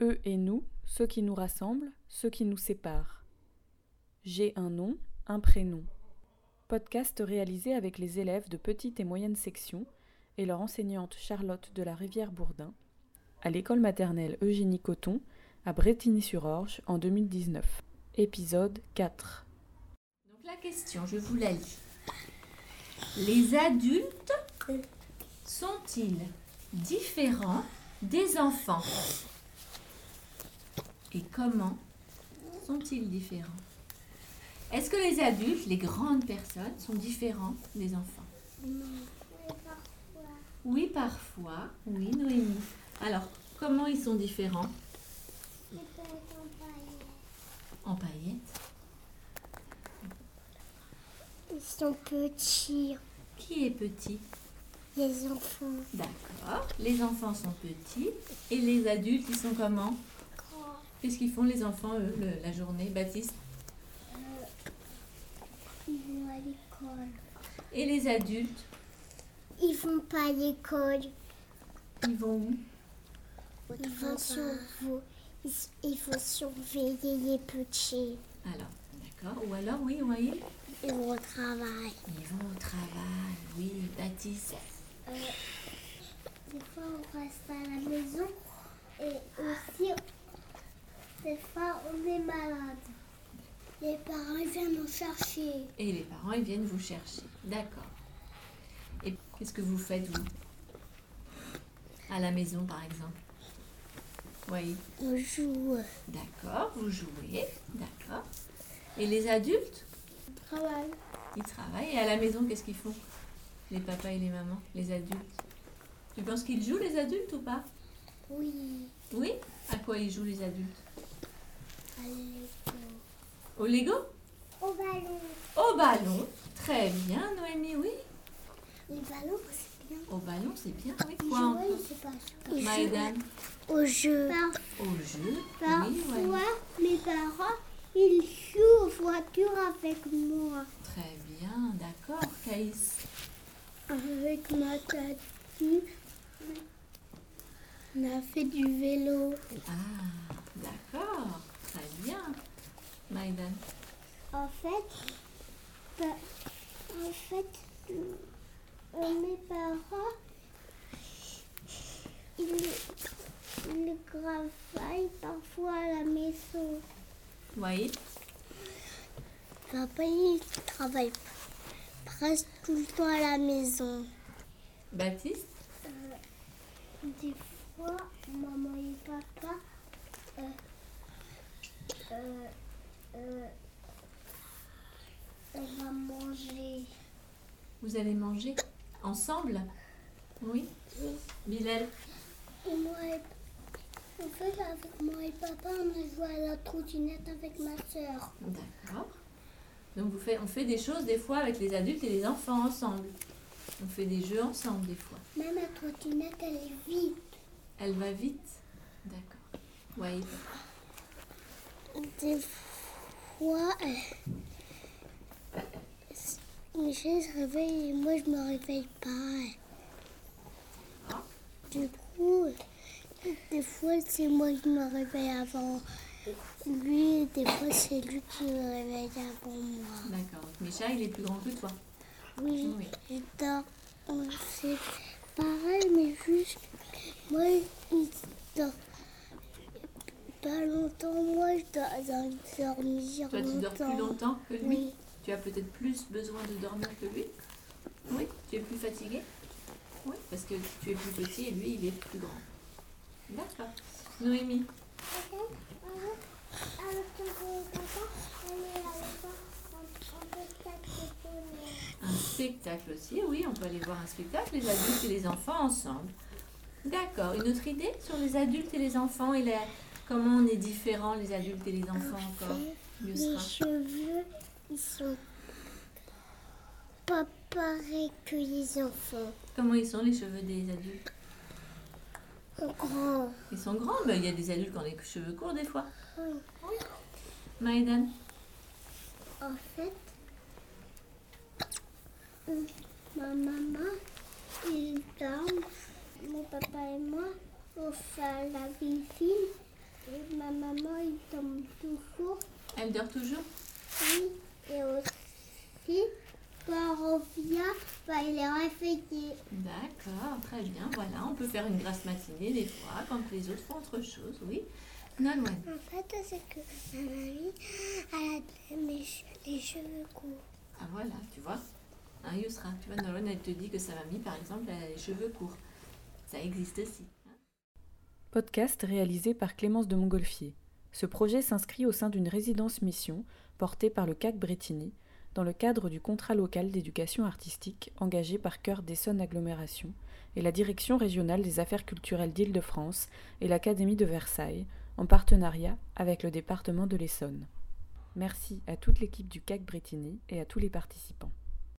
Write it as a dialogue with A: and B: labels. A: eux et nous, ce qui nous rassemble, ce qui nous sépare. J'ai un nom, un prénom. Podcast réalisé avec les élèves de petite et moyenne section et leur enseignante Charlotte de la Rivière Bourdin à l'école maternelle Eugénie Coton à Bretigny-sur-Orge en 2019. Épisode 4.
B: Donc la question, je vous la lis. Les adultes sont-ils différents des enfants Et comment sont-ils différents Est-ce que les adultes, les grandes personnes, sont différents des enfants Oui, parfois. Oui, Noémie. Alors, comment ils sont différents En paillettes
C: Ils sont petits,
B: Qui est petit
C: les enfants.
B: D'accord. Les enfants sont petits. Et les adultes, ils sont comment Qu'est-ce qu'ils font les enfants, eux, le- la journée, Baptiste
C: Ils vont à l'école.
B: Et les adultes,
C: Ils vont pas à l'école.
B: ils vont où
C: Ils vont sur vous. Ils, ils vont surveiller les petits.
B: Alors, d'accord. Ou alors, oui, voyez.
C: Ils vont au travail.
B: Ils vont au travail, oui, Baptiste.
C: Des fois, on reste à la maison. Et aussi, des fois, on est malade. Les parents viennent nous chercher.
B: Et les parents, ils viennent vous chercher. D'accord. Et qu'est-ce que vous faites, vous À la maison, par exemple Oui.
C: On joue.
B: D'accord, vous jouez. D'accord. Et les adultes,
C: Travail.
B: ils travaillent. Et à la maison, qu'est-ce qu'ils font Les papas et les mamans, les adultes. Tu penses qu'ils jouent, les adultes, ou pas
C: Oui.
B: Oui À quoi ils jouent, les adultes
C: Allez.
B: Au Lego
C: Au ballon.
B: Au ballon. Très bien, Noémie, oui.
C: Les ballons, c'est bien.
B: Au ballon, c'est bien, oui. Quoi encore Maïdan,
C: Au jeu.
B: au jeu. Oui, ouais.
C: Parfois, mes parents, ils jouent aux voitures avec moi.
B: Très bien, d'accord, Caïs.
C: Avec ma tati, on a fait du vélo.
B: Ah, d'accord, très bien. Maïdan,
C: En fait, pa- en fait, euh, mes parents, ils, ils travaillent parfois à la maison.
B: Waïd,
C: Papa, il travaille presque tout le temps à la maison.
B: Baptiste,
C: Des fois, maman et papa, euh, euh, euh, on va manger.
B: vous allez manger ensemble Oui Bilal
C: Et moi et- en fait, avec moi et papa, on a joué à la trottinette avec ma soeur.
B: D'accord. Donc vous fait, on fait des choses des fois avec les adultes et les enfants ensemble. On fait des jeux ensemble des fois.
C: Même la trottinette, elle est vide.
B: Elle va vite D'accord. Waïd,
C: Des fois, euh, Michel se réveille et moi je me réveille pas. euh. Du coup, euh, des fois c'est moi qui me réveille avant lui, et des fois c'est lui qui me réveille avant moi.
B: d'accord. Donc Micha, il est plus grand que toi.
C: Oui,
B: Oui.
C: je dors. on- C'est pareil, mais juste moi il dort pas longtemps. Moi je dors, je dors- je dors
B: Toi, tu dors plus longtemps que lui.
C: Oui.
B: Tu as peut-être plus besoin de dormir que lui Oui, tu es plus fatigué Oui, parce que tu es plus petit et lui, il est plus grand. D'accord. Noémie, Ah, un spectacle aussi. Oui, on peut aller voir un spectacle, les adultes et les enfants ensemble. D'accord. Une autre idée sur les adultes et les enfants et la- comment on est différents, les adultes et les enfants encore Mieux
C: Les
B: sera.
C: cheveux, ils sont pas pareils que les enfants.
B: Comment ils sont les cheveux des adultes
C: Grands.
B: Ils sont grands, mais il y a des adultes qui ont les cheveux courts des fois.
C: Oui.
B: Maïdan
C: En fait, euh, ma maman, ils dorment. Mon papa et moi, on fait à la piscine. Et ma maman, il tombe toujours.
B: Elle dort toujours
C: Oui, et aussi, quand on revient, bah, il est réveillé.
B: D'accord, très bien. Voilà, on peut faire une grasse matinée des fois quand les autres font autre chose, oui. Nolwenn.
C: En fait, c'est que ma mamie, elle a les, cheveux courts.
B: Ah voilà, tu vois. Hein, Yusra, tu vois, Nolan, elle te dit que sa mamie, par exemple, elle a les cheveux courts. Ça existe aussi. hein.
A: Podcast réalisé par Clémence de Montgolfier. Ce projet s'inscrit au sein d'une résidence mission portée par le CAC Bretigny dans le cadre du contrat local d'éducation artistique engagé par Cœur d'Essonne Agglomération et la Direction régionale des affaires culturelles d'Île-de-France et l'Académie de Versailles en partenariat avec le département de l'Essonne. Merci à toute l'équipe du CAC Bretigny et à tous les participants.